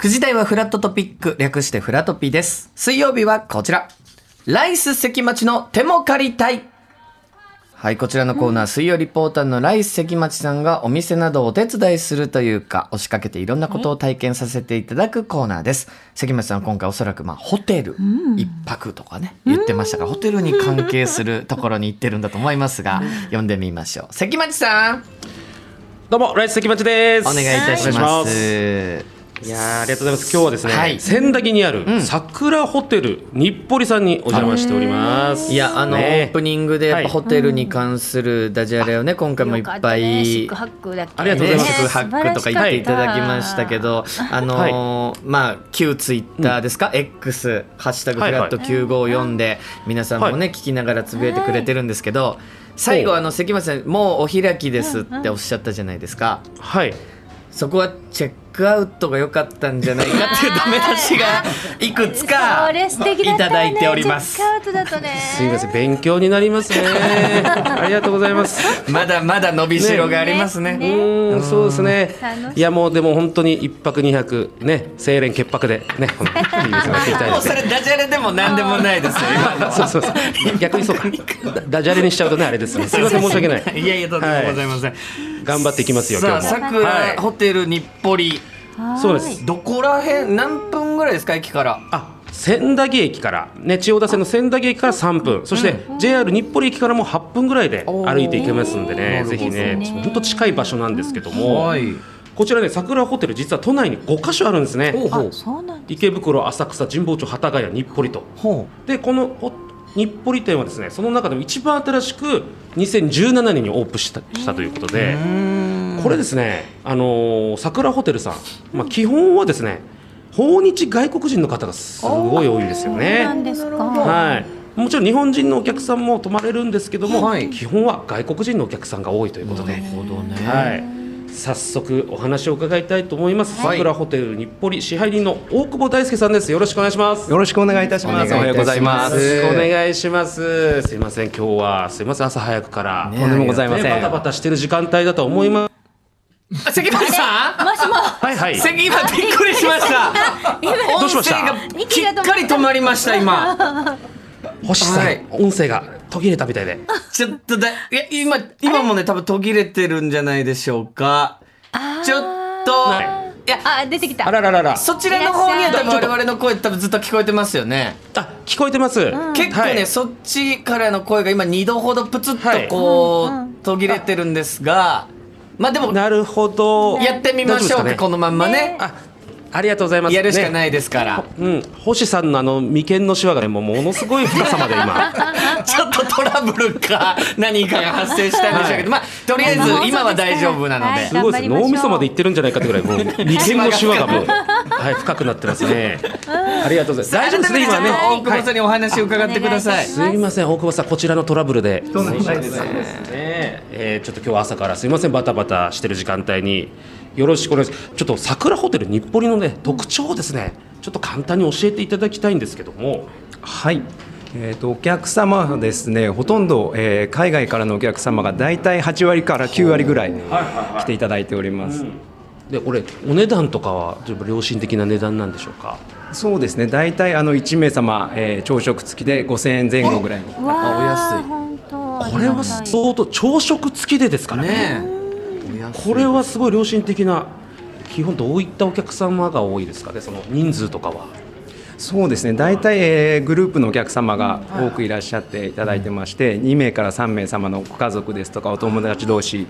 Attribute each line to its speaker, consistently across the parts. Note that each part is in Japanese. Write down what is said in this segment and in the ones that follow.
Speaker 1: 9時台はフラットトピック、略してフラトピーです。水曜日はこちら。ライス関町の手も借りたい。はい、こちらのコーナー、水曜リポーターのライス関町さんがお店などをお手伝いするというか、押しかけていろんなことを体験させていただくコーナーです。関町さん、今回おそらく、まあ、ホテル、一泊とかね、言ってましたが、ホテルに関係するところに行ってるんだと思いますが、読んでみましょう。関町さん、
Speaker 2: どうもライス関町です
Speaker 1: お願いいたし
Speaker 2: お願
Speaker 1: ま
Speaker 2: いします
Speaker 1: す。
Speaker 2: いやーありがとうございます今日はですね、
Speaker 1: はい
Speaker 2: 千駄木にある桜ホテル日暮里さんにお邪魔しております
Speaker 1: いやあの、オープ
Speaker 2: ン
Speaker 1: ニングでやっ
Speaker 2: は
Speaker 1: ぱ
Speaker 2: い
Speaker 1: ホテルに関するダジャレをね今回もいっぱい
Speaker 3: シックハックだっけ
Speaker 2: ありがとうございます
Speaker 1: ね宿泊とか言っていただきましたけ。ど、あのーまあ旧ツイッターですか、X ハッシュタグフラット9 5を読んで皆さんもね、
Speaker 2: はい
Speaker 1: 聞きながらつぶやいてくれてるんですけど、最後あの関町さんもうお開きですっておっしゃったじゃないですか。
Speaker 2: はい
Speaker 1: そこはチェックアウトが良かったんじゃないかっていうダメ出しがいくつか
Speaker 3: それ素敵だ
Speaker 1: い
Speaker 3: った
Speaker 1: ただいております
Speaker 3: チェ。ックアウトだとね。
Speaker 2: すいません勉強になりますね ありがとうございます
Speaker 1: まだまだ伸びしろがありますね。
Speaker 2: うーんそうですね
Speaker 3: 楽しい
Speaker 2: いやもうでも本当に一泊二泊ね清廉潔白でねこのいい店に行きたい
Speaker 1: も
Speaker 2: で
Speaker 1: う
Speaker 2: す
Speaker 1: そ
Speaker 2: ね
Speaker 1: れダジャレでも何でもないですよ。今のは
Speaker 2: そうそうそう逆にそうかダダジャレにしちゃうとねあれですねすいません申し訳ない
Speaker 1: いやいやとんでもございません。
Speaker 2: 頑張っていきますよ
Speaker 1: さ
Speaker 2: 今
Speaker 1: あ
Speaker 2: 日も
Speaker 1: 桜、
Speaker 2: はい
Speaker 1: ホテル日暮里
Speaker 2: そうです
Speaker 1: どこら辺何分ぐらいですか駅から。
Speaker 2: あ千駄木駅から、ね、千代田線の千駄木駅から3分そして JR 日暮里駅からも8分ぐらいで歩いていけますんで
Speaker 1: なる
Speaker 2: ね
Speaker 1: ほど
Speaker 2: ぜひね本当近い場所なんですけども、
Speaker 1: はい。
Speaker 2: こちらね桜ホテル実は都内に5箇所あるんですね
Speaker 1: ほうほう
Speaker 3: そうなん
Speaker 2: 池袋浅草神保町幡ヶ谷日暮里と
Speaker 1: ほ
Speaker 2: でこのほ日暮里店はですねその中でも一番新しく2017年にオープンしたしたということで。
Speaker 1: う。うーん
Speaker 2: これですね、あのー桜ホテルさん、まあ、基本はですね訪日外国人の方がすごい多いですよ
Speaker 3: なん
Speaker 2: ね。
Speaker 3: ですか。
Speaker 2: はいもちろん日本人のお客さんも泊まれるんですけども、
Speaker 1: はい
Speaker 2: 基本は外国人のお客さんが多いということで、
Speaker 1: ほどね
Speaker 2: はい、早速お話を伺いたいと思います、
Speaker 1: はい
Speaker 2: 桜ホテル日暮里支配人の大久保大輔さんですよろしくお願いします
Speaker 4: よろしくお願いいたします。
Speaker 1: お願いいたします
Speaker 2: よろしくお願いしますすいません今日はすいません朝早くから、
Speaker 1: ね
Speaker 4: とんでもございませ
Speaker 2: ねバタバ
Speaker 4: ん。
Speaker 2: タしてる時間帯だと思います、
Speaker 1: あ関町さん。
Speaker 3: もしも
Speaker 2: はいはい
Speaker 1: 関今びっくりしました。
Speaker 2: どうしました
Speaker 1: 音声がきっかり止まりました今。
Speaker 2: 星さん、
Speaker 1: はい
Speaker 2: 音声が途切れたみたいで。
Speaker 1: ちょっとだいや今今もね多分途切れてるんじゃないでしょうか。ちょっと、、
Speaker 2: はい
Speaker 1: や
Speaker 3: あ出てきた。
Speaker 2: あらららら。
Speaker 1: そちらの方には多分
Speaker 2: いらっ
Speaker 1: 我
Speaker 2: しゃい
Speaker 1: 々の声多分ずっと聞こえてますよね。
Speaker 2: あ、聞こえてます。
Speaker 1: 結構ね、
Speaker 2: はい
Speaker 1: そっちからの声が今2度ほどプツッ
Speaker 2: は
Speaker 1: と
Speaker 2: い
Speaker 1: こ
Speaker 3: う
Speaker 1: う、
Speaker 3: んうん
Speaker 1: 途切れてるんですが、まあでも
Speaker 2: なるほど。
Speaker 1: やってみましょうか
Speaker 2: 大丈夫です
Speaker 1: こ
Speaker 2: かね
Speaker 1: のまんまね
Speaker 2: あ、ありがとうございます。。
Speaker 1: やるしかないいですから、
Speaker 2: うん、星さんのあの眉間のシワがねもうものすごい深さまで今
Speaker 1: ちょっとトラブルか何かが発生したんでしょうけど、まあとりあえず今は大丈夫なので、
Speaker 3: はい
Speaker 2: すごいです
Speaker 3: 頑張り
Speaker 2: ね
Speaker 3: ましょう
Speaker 2: 脳みそまでいってるんじゃないかってぐらいもう眉間のシワが もうはい深くなってますねありがとうございます大丈夫ですね今ね
Speaker 1: 大久保さんにお話を伺ってください、
Speaker 3: はい
Speaker 2: すいません大久保さんこちらのトラブルで
Speaker 4: んなことないです
Speaker 2: そうですねえーちょっと今日は朝からすいませんバタバタしてる時間帯によろしくお願いしますちょっと桜ホテル日暮里のね特徴をですねちょっと簡単に教えていただきたいんですけども
Speaker 4: はい。えっ、とお客様はですね、ほとんど、えー海外からのお客様がだいたい8割から9割ぐらい来ていただいております。
Speaker 2: でこれお値段とかはちょっと良心的な値段なんでしょうか
Speaker 4: そうですね、だいたいあの1名様、えー朝食付きで5000円前後ぐらい。
Speaker 3: わ
Speaker 1: あお
Speaker 3: あ
Speaker 1: 安い
Speaker 3: 本当。ありがたい
Speaker 2: これは相当朝食付きでですから
Speaker 1: ねえ
Speaker 2: これはすごい良心的な基本どういったお客様が多いですかねその人数とかは
Speaker 4: そうですね、だいたい、えーグループのお客様が多くいらっしゃっていただいてまして、2名から3名様のご家族ですとかお友達同士、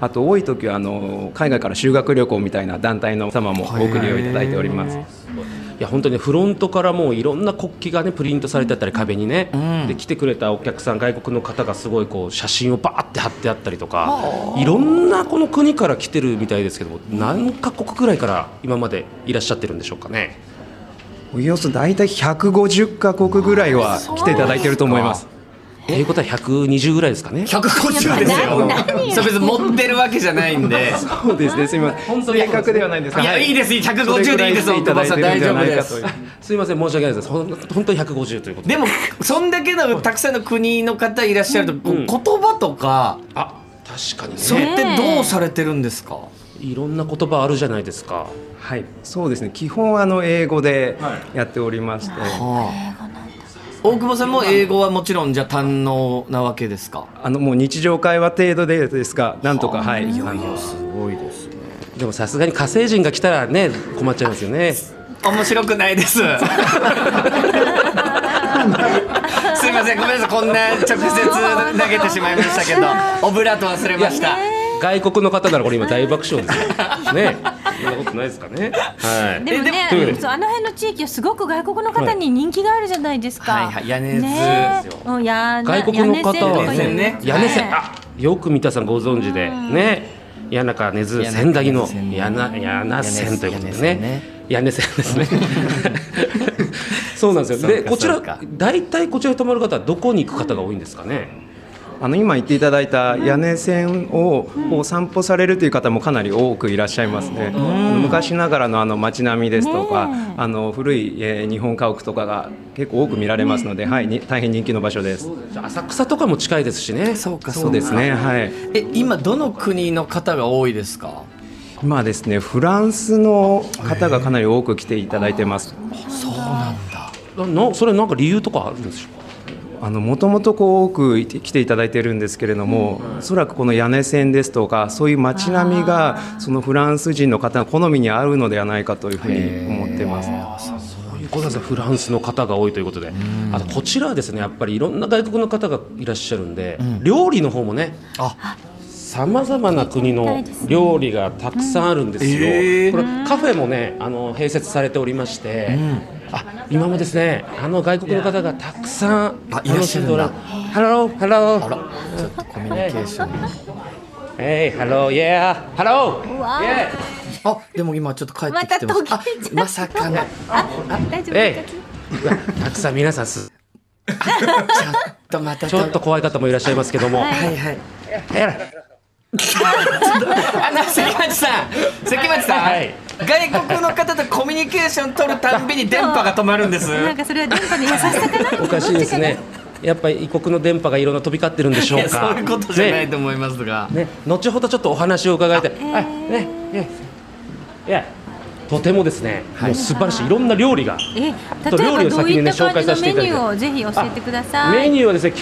Speaker 4: あと多い時はあの海外から修学旅行みたいな団体の様もお送りをいただいております。
Speaker 2: いや本当にフロントからもういろんな国旗がねプリントされてあったり壁にね、で来てくれたお客さん外国の方がすごいこう写真をバーって貼ってあったりとかいろんなこの国から来てるみたいですけども何カ国ぐらいから今までいらっしゃってるんでしょうかね
Speaker 4: およそ大体150カ国ぐらいは来ていただいてると思います。
Speaker 2: ということは120ぐらいですかね
Speaker 1: 150ですよそれ別に持ってるわけじゃないんで
Speaker 4: そうですね、すみません。正確ではないんですが、
Speaker 1: いやいいですいい
Speaker 4: それ
Speaker 1: 150
Speaker 4: ぐら
Speaker 1: でいいです
Speaker 4: 来て
Speaker 1: 大久
Speaker 4: ただ
Speaker 1: 保
Speaker 4: い
Speaker 1: さ
Speaker 4: て
Speaker 1: ん
Speaker 4: る
Speaker 1: 大
Speaker 4: んじ
Speaker 1: 丈
Speaker 4: ゃ
Speaker 1: 夫
Speaker 4: ない
Speaker 1: で
Speaker 4: か
Speaker 1: す
Speaker 4: という
Speaker 2: すいません申し訳ないですほん本当に150ということで
Speaker 1: でもそんだけのたくさんの国の方いらっしゃると、こう言葉とか
Speaker 2: あ確かにね
Speaker 1: それってどうされてるんですか、
Speaker 2: いいろんな言葉あるじゃないですか。
Speaker 4: はい、そうですね基本あの英語でやっておりまして、
Speaker 1: 大久保さんも英語はもちろんじゃあ堪能なわけですか
Speaker 4: あのもう日常会話程度でですがなんとかはいあの
Speaker 1: すごいですね
Speaker 2: でもさすがに火星人が来たらね困っちゃいますよね。
Speaker 1: 面白くないで すすいませんごめんなさいこんな直接投げてしまいましたけ どオブラート忘れました、
Speaker 2: 外国の方ならこれ今大爆笑ですよ。ね。そんなことないですかね。はい。
Speaker 5: でもね
Speaker 2: えでも
Speaker 5: そうあの辺の地域はすごく外国の方に人気があるじゃないですか。
Speaker 1: はいはい屋根図
Speaker 5: ねえうんや
Speaker 2: 外国の方は
Speaker 1: 屋根線ね
Speaker 2: 屋根線、
Speaker 5: は
Speaker 2: あよく三田さんご存知でね谷中根津仙台の
Speaker 1: 谷
Speaker 2: 谷
Speaker 1: 中
Speaker 2: な
Speaker 1: 根津
Speaker 2: 谷那線ということでね
Speaker 1: 屋
Speaker 2: 屋根線ですねそうなんです
Speaker 1: そ
Speaker 2: よ
Speaker 1: う
Speaker 2: で
Speaker 1: か
Speaker 2: こち
Speaker 1: そう
Speaker 2: ら
Speaker 1: か
Speaker 2: 大体こちらに泊まる方はどこに行く方が多いんですかね
Speaker 4: あの今言っていただいた屋根線をこう散歩されるという方もかなり多くいらっしゃいますね、あの昔ながらのあの街並みですとか、
Speaker 5: ね
Speaker 4: あの古い、えー日本家屋とかが結構多く見られますので、はい、に大変人気の場所です。
Speaker 2: 浅草とかも近いですしね
Speaker 1: そうか
Speaker 4: そうですね、はい
Speaker 1: え今どの国の方が多いですか
Speaker 4: 今ですねフランスの方がかなり多く来ていただいてます。
Speaker 2: ななそれなんか理由とかあるんでしょうか
Speaker 4: あのもともとこう多くいて来ていただいてるんですけれども、おそらくこの屋根線ですとかそういう街並みがそのフランス人の方の好みに合うのではないかというふうに思ってます。
Speaker 2: そういうことなんですねフランスの方が多いということで、あとこちらはですねやっぱりいろんな外国の方がいらっしゃるんで、料理の方もね
Speaker 1: あ
Speaker 2: さまざまな国の料理がたくさんあるんですよ、
Speaker 1: うんえー
Speaker 2: これカフェもねあの併設されておりまして、あ今もですねあの外国の方がたくさん
Speaker 1: あいらっしゃるんだ
Speaker 2: 楽しでおらハローハロ
Speaker 1: あら
Speaker 2: ー
Speaker 1: ちょっとコミュニケーション
Speaker 2: えいハローイエーハロー
Speaker 3: わー
Speaker 2: イエ
Speaker 1: あでも今ちょっと帰ってきてま
Speaker 3: また途切れちゃ
Speaker 1: す
Speaker 3: った
Speaker 1: あまさかの
Speaker 3: 大丈夫
Speaker 2: ーえ いうわたくさん皆さんす
Speaker 1: とまた
Speaker 2: ちょっと怖い方もいらっしゃいますけども、
Speaker 1: はいはい
Speaker 2: えらい
Speaker 1: あの関町さん関町さん、
Speaker 2: はい
Speaker 1: 外国の方とコミュニケーション取るたんびに電波が止まるんです
Speaker 5: なんかそれは電波の優しさかな。
Speaker 2: おかしいですねやっぱり異国の電波がいろんな飛び交ってるんでしょう
Speaker 1: い
Speaker 2: か
Speaker 1: やそういうことじゃな
Speaker 2: ね
Speaker 1: いと思いますが、
Speaker 2: ね、後ほどちょっとお話を伺いたい、はいねねいやとてもですね、もう素晴らしいいろんな料理が、
Speaker 5: え例え
Speaker 2: ちょっと料
Speaker 5: ば
Speaker 2: 理を
Speaker 5: どう
Speaker 2: 先
Speaker 5: い
Speaker 2: に
Speaker 5: っ
Speaker 2: ね
Speaker 5: た感じのメニュ
Speaker 2: 紹介させていた
Speaker 5: ー
Speaker 2: だ
Speaker 5: をぜひ教えてくださ
Speaker 2: メ
Speaker 5: い。
Speaker 2: ニューはですねき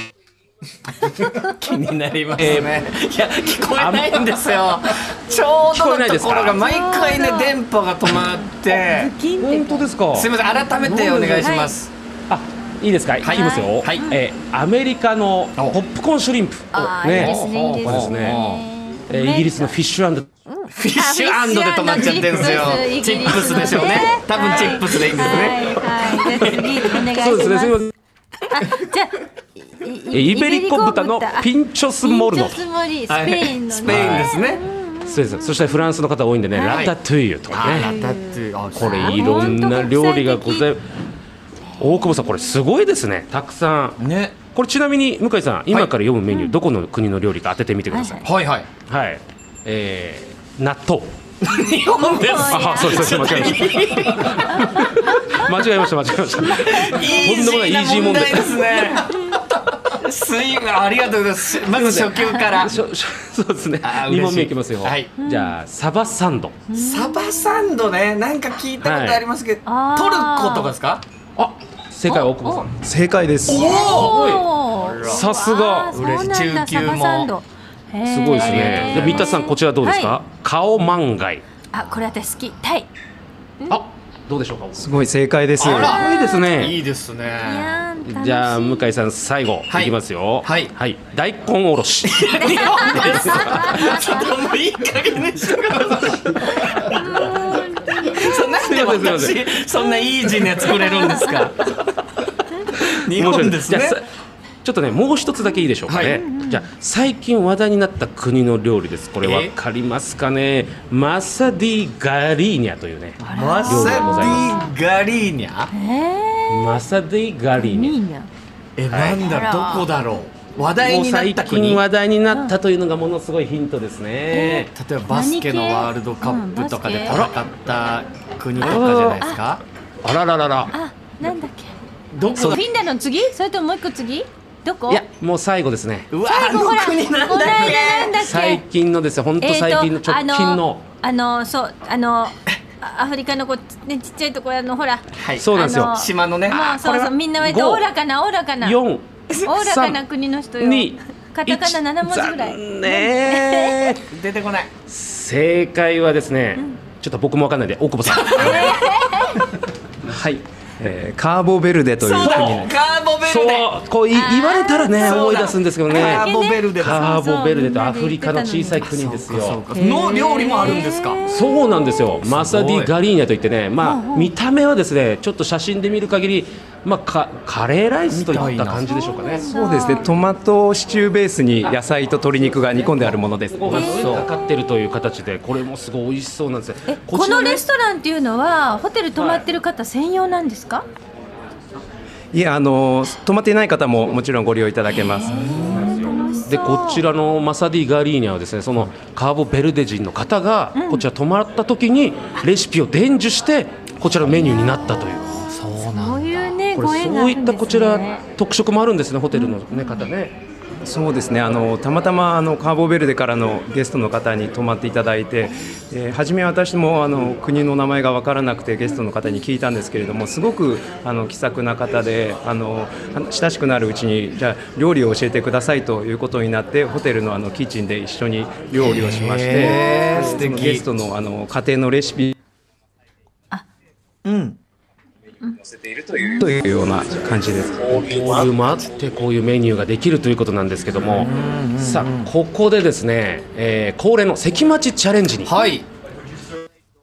Speaker 1: 気になりますね、いや聞こえないんですよちょう
Speaker 2: 聞
Speaker 1: ど
Speaker 2: こえな
Speaker 1: の
Speaker 2: いで
Speaker 1: と
Speaker 2: す
Speaker 1: こ
Speaker 2: か
Speaker 1: ろが毎回ね電波が止まって
Speaker 5: 金って
Speaker 2: 本当ですか
Speaker 1: すみません改めてお願いします、
Speaker 2: あいいですか、い、きますよ、
Speaker 1: はい
Speaker 2: えーアメリカのポップコーンシュリンプ
Speaker 3: あーいいですねいいですね
Speaker 2: ここですねえーイギリスのフィッシュアンド
Speaker 1: フィッシュアンドで止まっちゃってるんですよ
Speaker 5: あフィッシ
Speaker 1: チ
Speaker 5: ュアンド
Speaker 1: ップスでしょうね多分チップスでいいんですね、
Speaker 5: はいはい。じゃあ次お願いします。
Speaker 2: そうですねすみません
Speaker 5: あじゃあい
Speaker 2: えー
Speaker 5: い
Speaker 2: イベリコ豚のピンチョスモルノ
Speaker 5: ピンチョスモリス
Speaker 1: はい
Speaker 5: ペインのね。
Speaker 1: スペインですね、
Speaker 2: そうですそしてフランスの方多いんでね、
Speaker 1: はい
Speaker 2: ラタトゥイユとかね
Speaker 1: あらだってあ
Speaker 2: これいろんな料理がござい大久保さんこれすごいですねたくさん
Speaker 1: ね
Speaker 2: これちなみに向井さん今から読むメニュー、どこの国の料理か当ててみてください
Speaker 1: はいはい
Speaker 2: はい、えー、納豆
Speaker 1: 日本です
Speaker 2: あそうです間違えました 間違えました間違えま した
Speaker 1: イ
Speaker 2: とんでもないイージー問題
Speaker 1: ですね。すいありがとうございます。まず初級から。
Speaker 2: しょしょそうですね
Speaker 1: あー
Speaker 2: 二
Speaker 1: 嬉
Speaker 2: 問
Speaker 1: し
Speaker 2: 目
Speaker 1: い
Speaker 2: いきますよ、
Speaker 1: はい
Speaker 2: じゃあサバサンド
Speaker 1: サバサンドね、なんか聞いたことありますけど、
Speaker 5: はい
Speaker 1: トルコとかですか？
Speaker 2: あ正解は大久保さん
Speaker 4: 正解です。
Speaker 1: おお。
Speaker 5: おー
Speaker 2: さすが
Speaker 5: あーそうなんだ
Speaker 1: 嬉しい中級も
Speaker 5: サバサンドへー
Speaker 2: すごいですねじゃあ三田さんこちらどうですか、
Speaker 5: は
Speaker 2: 顔万がい
Speaker 5: あこれ私好きタイい
Speaker 2: あどうでしょうかす
Speaker 4: すごい正解です。
Speaker 1: あら
Speaker 2: ごいですね
Speaker 1: いいですね。
Speaker 5: やー楽しい
Speaker 2: じゃあ向井さん最後、
Speaker 1: はい
Speaker 2: い、きますよ
Speaker 1: はい
Speaker 2: 大根おろし
Speaker 1: 日本です。 ちょっともういい加減にしてください。そうなんです
Speaker 2: いませんすいませ
Speaker 1: 私そんなイージーなやつくれるんですか？日
Speaker 2: 面白い
Speaker 1: 本です
Speaker 2: じ
Speaker 1: ね
Speaker 2: ゃあ。さちょっとねもう一つだけいいでしょうかね、
Speaker 1: は
Speaker 2: じゃあ最近話題になった国の料理ですこれ
Speaker 1: え
Speaker 2: わかりますかねマサディガリーニャというね
Speaker 1: マサディガリーニャ？
Speaker 2: マサディガリーニ
Speaker 5: いい
Speaker 2: ャ
Speaker 5: な
Speaker 1: え、なんだどこだろう。話題
Speaker 2: もう
Speaker 1: になっ
Speaker 2: 最
Speaker 1: た
Speaker 2: 近
Speaker 1: 国。
Speaker 2: 話題になったというのがものすごいヒントですね、
Speaker 1: 例えばバスケのワールドカップとかで戦った国とかじゃないですか。
Speaker 2: あらららら
Speaker 5: あなんだっけ
Speaker 1: どこ
Speaker 5: フ
Speaker 1: だ
Speaker 5: ィンランドの次それとももう一個次どこ
Speaker 2: いやもう最後ですね
Speaker 1: うわ、あ
Speaker 5: 最後
Speaker 1: の
Speaker 5: ほら
Speaker 1: 国なん
Speaker 5: この
Speaker 1: だ
Speaker 5: 間
Speaker 1: っけ。
Speaker 5: なんだっけ
Speaker 2: 最近のですよ本当
Speaker 5: えーと
Speaker 2: 最近の直近の
Speaker 5: ああのそうあのあアフリカのこうねちっちゃいところのほら
Speaker 1: はい
Speaker 2: そうなんですよ
Speaker 5: あの
Speaker 1: 島のね
Speaker 5: もうそうそうみんな割と
Speaker 2: 五
Speaker 5: おおらかなおおらかなお
Speaker 2: 四
Speaker 5: おらかな国の人よ
Speaker 2: 二
Speaker 5: カタカナ七文字ぐらい
Speaker 2: 残念
Speaker 1: 出てこない
Speaker 2: 正解はですね、ちょっと僕もわかんないんで大久保さん
Speaker 4: はい、えーカーボベルデという国に
Speaker 1: カーボベルデ
Speaker 2: そうこうい言われたらね
Speaker 1: そうだ
Speaker 2: 思い出すんですけど
Speaker 1: カ
Speaker 2: ね
Speaker 1: ーボベルデだ
Speaker 2: カーボベルデと
Speaker 5: そうそう
Speaker 2: アフリカの小さい国です
Speaker 1: そう
Speaker 2: よ
Speaker 1: かの料理もあるんですか
Speaker 2: そうなんですよマサデ
Speaker 1: すごい
Speaker 2: ィ・ガリーニャといってね、まあ、見た目はですねちょっと写真で見る限り、まあ、かカレーライスといった感じでしょうかね。
Speaker 4: そうですねトマトシチューベースに野菜と鶏肉が煮込んであるものです
Speaker 2: ご飯の上にかかってるという形でこれもすごい美味しそうなんですよ。
Speaker 5: え
Speaker 2: こ
Speaker 5: こ
Speaker 2: ちら
Speaker 5: の
Speaker 2: ね
Speaker 5: レストランっていうのはホテル泊まってる方専用なんですか、
Speaker 4: いやあの泊まっていない方ももちろんご利用いただけます
Speaker 2: でこちらのマサディ・ガリーニャはですねそのカーボベルデ人の方がこちら泊まった時にレシピを伝授してこちらのメニューになったという
Speaker 1: そう
Speaker 5: こういうね
Speaker 2: これ
Speaker 5: ご縁が
Speaker 2: そ
Speaker 5: あ
Speaker 2: う
Speaker 5: る
Speaker 2: いっ
Speaker 5: んです
Speaker 2: た
Speaker 5: ね
Speaker 2: こちら特色もあるんですねホテルの、ね、方ね
Speaker 4: そうですねあのたまたまあのカーボベルデからのゲストの方に泊まっていただいて、えー初め私もあの国の名前が分からなくてゲストの方に聞いたんですけれどもすごくあの気さくな方であの親しくなるうちにじゃあ料理を教えてくださいということになってホテルのあのキッチンで一緒に料理をしまして
Speaker 1: へー素
Speaker 4: そ
Speaker 1: 敵
Speaker 4: のゲストのあの家庭のレシピ
Speaker 1: うん
Speaker 4: というような感じです。
Speaker 2: こういうもあってこういうメニューができるということなんですけどもさあここでですね、えー恒例の関町チャレンジに
Speaker 1: はい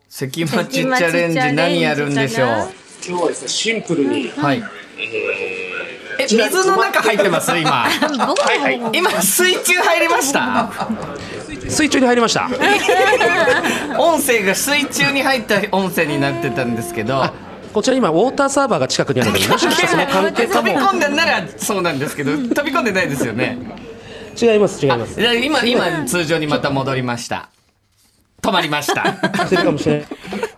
Speaker 1: 関町チャレンジ何やるんでしょう
Speaker 2: 今日はですねシンプルに
Speaker 1: はいえ水の中入ってます今
Speaker 5: 僕も、
Speaker 1: 今水中入りました
Speaker 2: 水中に入りました
Speaker 1: 音声が水中に入った音声になってたんですけど
Speaker 2: こちら今ウォーターサーバーが近くにあ るのでもしかしたらその関係か
Speaker 1: 飛び
Speaker 2: も
Speaker 1: 込んでんならそうなんですけど飛び込んでないですよね
Speaker 2: 違います違います
Speaker 1: じゃあ今今通常にまた戻りました止まりました
Speaker 2: してるかもしれない。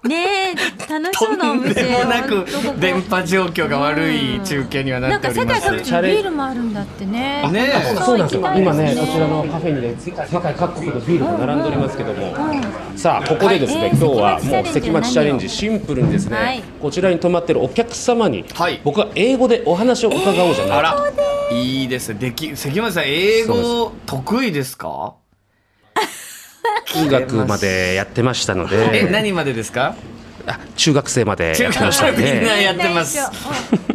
Speaker 5: ねえ楽し
Speaker 1: と
Speaker 5: そうなお
Speaker 1: ん
Speaker 5: 店
Speaker 1: でもな
Speaker 5: ど
Speaker 1: く
Speaker 5: こか
Speaker 1: 電波状況が悪い中継にはな
Speaker 5: な
Speaker 1: っ
Speaker 5: ん
Speaker 1: て
Speaker 5: か
Speaker 1: おり
Speaker 5: 世
Speaker 1: ま
Speaker 5: 界
Speaker 1: す
Speaker 5: 各地のビールもあるんだってね
Speaker 1: ねえ
Speaker 2: そうなんです
Speaker 5: 行き
Speaker 2: よ。
Speaker 5: たい
Speaker 2: 今
Speaker 5: ですね
Speaker 2: ね、こちらのカフェにね、世界各国のビールが並んでおりますけども。さあ、ここでです
Speaker 5: はい
Speaker 2: ね、今日は
Speaker 5: え
Speaker 2: もう
Speaker 5: ー関
Speaker 2: 関
Speaker 5: 町
Speaker 2: 町
Speaker 5: チ
Speaker 2: チ
Speaker 5: ャ
Speaker 2: ャ
Speaker 5: レ
Speaker 2: レ
Speaker 5: ン
Speaker 2: ン
Speaker 5: ジ
Speaker 2: ジシンプルにです
Speaker 5: はい
Speaker 2: ね。こちらに泊まってるお客様に
Speaker 1: はい、
Speaker 2: 僕は英語でお話を伺おうじゃな
Speaker 1: あ
Speaker 2: いか。
Speaker 1: らいいですねでき関町さん英語得意ですか
Speaker 2: 中学までやってましたの
Speaker 1: え
Speaker 2: で、
Speaker 1: 何までですか
Speaker 2: あ中学生まで
Speaker 1: 中
Speaker 2: やってま
Speaker 1: 学
Speaker 2: した
Speaker 1: 生
Speaker 2: の
Speaker 1: みんな
Speaker 2: で、
Speaker 1: やってます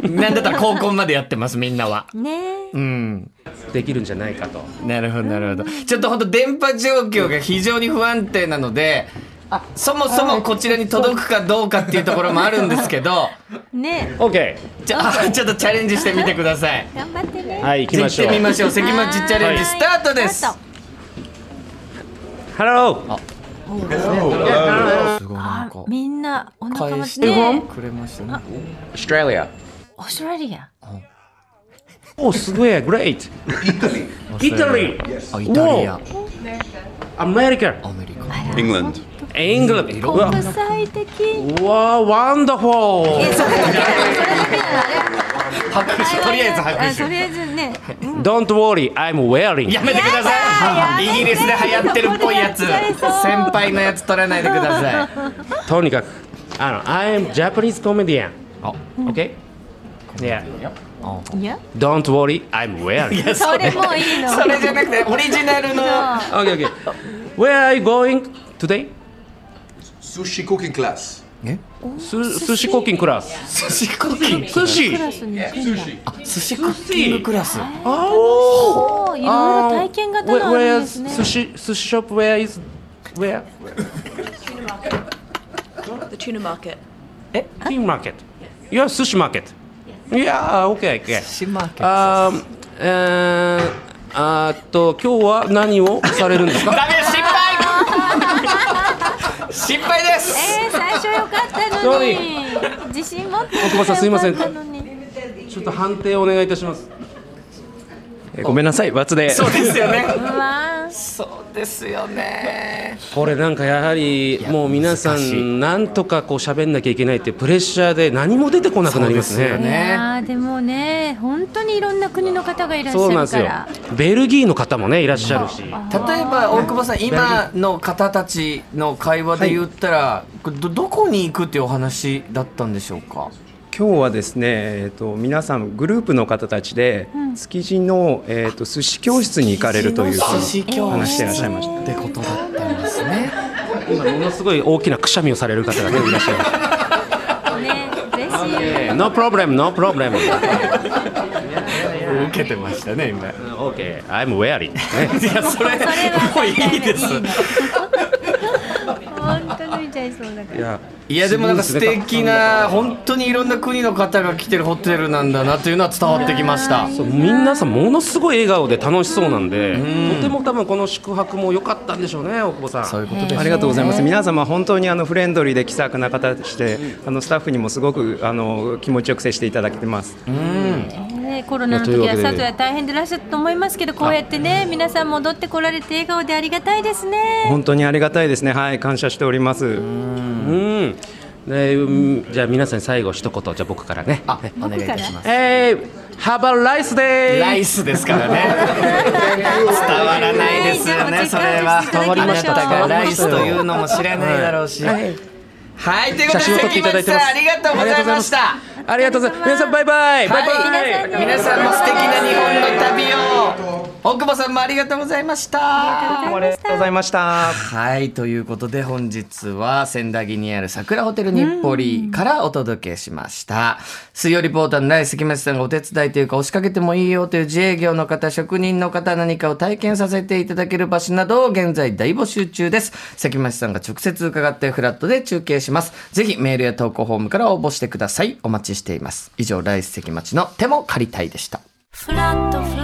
Speaker 5: う
Speaker 1: なんだったら高校までやってますみんなは
Speaker 5: んねえ
Speaker 1: うん
Speaker 2: できるんじゃないかと。
Speaker 1: なるほどなるほど。ちょっと本当電波状況が非常に不安定なので、そもそもこちらに届くかどうかっていうところもあるんですけど、
Speaker 5: ね
Speaker 2: オッケ
Speaker 1: じゃあちょっとチャレンジしてみてください。
Speaker 5: え頑張ってね
Speaker 2: ー。はい、行き
Speaker 1: 行
Speaker 2: ま
Speaker 1: っ
Speaker 2: しょ
Speaker 1: て
Speaker 2: う。
Speaker 1: みましょう。関町チャレンジスタートです。
Speaker 5: はい
Speaker 2: ハロー。
Speaker 1: すごいなんか
Speaker 5: みんなお仲間
Speaker 1: 返
Speaker 5: でね
Speaker 1: してくれましたね。
Speaker 5: オーストラリア
Speaker 2: お、すごい、グレイト。イタリー。
Speaker 1: あイタリア、
Speaker 2: アメリカ。
Speaker 1: アメリカ。
Speaker 6: England.
Speaker 2: イングランド。うわ
Speaker 5: 国際的
Speaker 2: わあ、ワンダフォ
Speaker 1: 拍手とりあえず拍手
Speaker 5: と。りあえずね
Speaker 2: ー Don't worry, I'm wearing
Speaker 1: やめてください。イギリスで流行ってるっぽいやつ。
Speaker 5: これやっちゃいそう
Speaker 1: 先輩のやつ取らないでください。
Speaker 2: とにかく、あの、I'm Japanese comedian
Speaker 1: あ
Speaker 2: OK? Yeah
Speaker 5: いや
Speaker 2: Don't worry, I'm wearing
Speaker 5: それもいいの
Speaker 1: それじゃなくてオリジナルの。
Speaker 2: OK, OK Where are you going today?
Speaker 6: Sushi cooking class.
Speaker 2: す寿司コーキングクラス
Speaker 1: 寿司コーキング
Speaker 2: 寿司
Speaker 5: クラスに行くん
Speaker 1: 寿
Speaker 5: だ
Speaker 1: 司コッキングクラス
Speaker 2: あお
Speaker 5: おーいろいろ体験型のあるんですね
Speaker 2: 寿司、寿司ショップ Where is Where?
Speaker 7: The tuna market.
Speaker 2: え ?Team market Yeah, 寿司 market Yeah, OK, OK
Speaker 1: 寿司マーケット
Speaker 2: あーえーあーっと今日は何をされるんですか
Speaker 1: ダ メ失敗失敗です
Speaker 5: えー、最初良かったのに自信持って
Speaker 2: 久保さんすいません
Speaker 5: 良かったのに
Speaker 2: ちょっと判定お願いいたします
Speaker 4: えーごめんなさい、バツで。
Speaker 1: そうですよね
Speaker 5: うわー
Speaker 1: そうですよね。
Speaker 2: これなんかやはりもう皆さ
Speaker 1: 難しい
Speaker 2: んなんとかこう喋んなきゃいけないっていうプレッシャーで何も出てこなくなります
Speaker 1: そうですよ
Speaker 5: い
Speaker 1: ね
Speaker 2: ね。
Speaker 5: やーでもね本当にいろんな国の方がいらっしゃ
Speaker 2: そうなん
Speaker 5: る
Speaker 2: です
Speaker 5: か
Speaker 2: よ
Speaker 5: ら。
Speaker 2: ベルギーの方もねいらっしゃるし。
Speaker 1: 例えば大久保さん今の方たちの会話で言ったら、これどどこに行くっていうお話だったんでしょうか。
Speaker 4: 今日はですね、えー、と皆さんグループの方たちで築地の、えー、と寿司教室に行かれるという
Speaker 1: 寿司
Speaker 4: ふうに
Speaker 1: 教
Speaker 4: 話していらっし
Speaker 1: 室
Speaker 4: ゃいました。
Speaker 1: ってことだったんですね。
Speaker 2: 今ものすごい大きなくしゃみをされる方がねいらっしゃいます。
Speaker 5: ね嬉しい。
Speaker 2: No problem, no problem.
Speaker 1: 受けてましたね今。
Speaker 2: Okay, I'm wearing.
Speaker 1: いやそれ
Speaker 5: それは
Speaker 1: もういいです。
Speaker 5: ね。本当脱いちゃいそうだから。
Speaker 1: いやでもなんか素敵な本当にいろんな国の方が来てるホテルなんだなというのは伝わってきました。
Speaker 2: そう皆さんものすごい笑顔で楽しそうなんで、とても多分この宿泊も良かったんでしょうね大久保さん。
Speaker 1: そういうことです
Speaker 4: ありがとうございます。皆様本当にあのフレンドリーで気さくな方でして、あのスタッフにもすごくあの気持ちよく接していただけてます。
Speaker 5: ねコロナの時
Speaker 2: いや
Speaker 5: は
Speaker 2: というわ
Speaker 5: さ
Speaker 2: けで
Speaker 5: ぞや大変でいらっしゃったと思いますけど、こうやってね皆さん戻ってこられて笑顔でありがたいですね。
Speaker 4: 本当にありがたいですね。はい、感謝しております。
Speaker 2: うん。で、うんじゃあ皆さんに最後一言じゃあ僕からね。
Speaker 1: あお願いいたします。
Speaker 2: えー、Have a nice day。
Speaker 1: ライスですからね。伝わらないですよね、それは。
Speaker 5: 伝わりました
Speaker 1: あなたがライスというのも知らないだろうし。はい、ということで、
Speaker 2: 写真を撮っ
Speaker 1: 関
Speaker 2: ていただ
Speaker 1: 町
Speaker 2: いて
Speaker 1: さん
Speaker 2: ます、
Speaker 1: ありがとうございました。
Speaker 2: ありがとうございます。皆さんバイバイ。バイバイ。
Speaker 5: はい
Speaker 1: 皆さんも素敵な日本の旅を。大久保さんもありがとうございました。
Speaker 4: ありがとうございました。
Speaker 1: はい、ということで本日は仙台にある桜ホテル日暮里からお届けしました。水曜リポーターの大関町さんがお手伝いというか押しかけてもいいよという自営業の方、職人の方、何かを体験させていただける場所などを現在大募集中です。関町さんが直接伺ってフラットで中継します。ぜひメールや投稿フォームから応募してください。お待ちしています。以上、大関町の手も借りたいでした。
Speaker 5: フラットフラット